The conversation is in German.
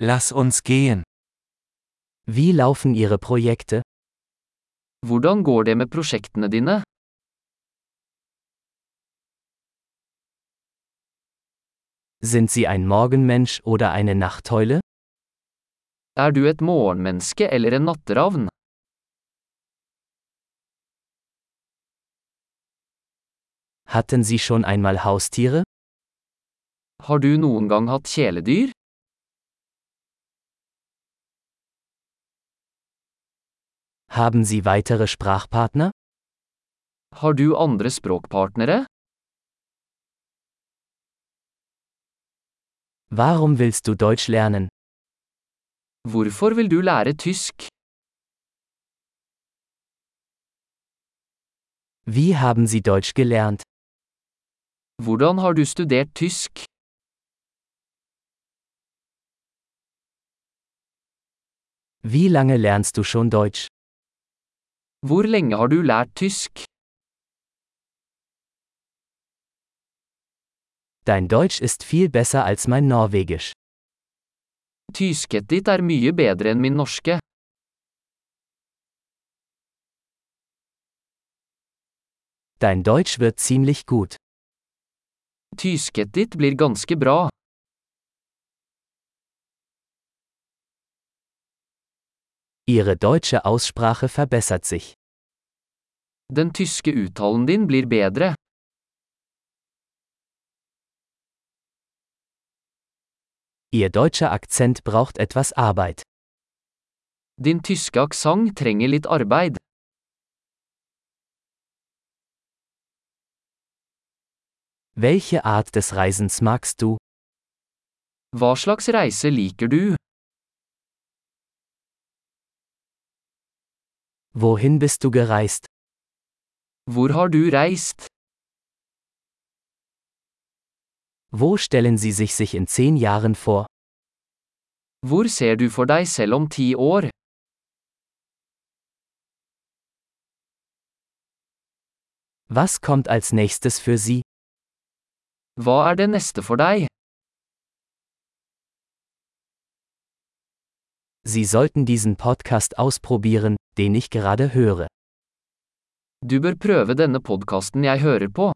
Lass uns gehen. Wie laufen Ihre Projekte? Hvordan går det med prosjektene dine? Sind Sie ein Morgenmensch oder eine Nachteule? Er du et morgenmenneske eller en natteravn? Hatten Sie schon einmal Haustiere? Har du noen gang hatt kjæledyr? Haben Sie weitere Sprachpartner? Har du andre språkpartnere? Warum willst du Deutsch lernen? Hvorfor vil du lære tysk? Wie haben Sie Deutsch gelernt? Hvordan har du studert tysk? Wie lange lernst du schon Deutsch? Hvor lenge har du lært tysk? Dein Deutsch ist viel besser als mein Norwegisch. Tysket ditt er mye bedre enn min norske. Dein Deutsch wird ziemlich gut. Tysket ditt blir ganske bra. Ihre deutsche Aussprache verbessert sich. Den tyske uttalen din blir bedre. Ihr deutscher Akzent braucht etwas Arbeit. Din tyske aksent trenger litt arbeid. Welche Art des Reisens magst du? Hva slags reise liker du? Wohin bist du gereist? Hvor har du reist? Wo stellen Sie sich sich in zehn Jahren vor? Hvor ser du for deg selv om ti år? Was kommt als nächstes für Sie? Hva er det neste for deg? Sie sollten diesen Podcast ausprobieren, den ich gerade höre. Du bør prøve denne podkasten jeg hører på.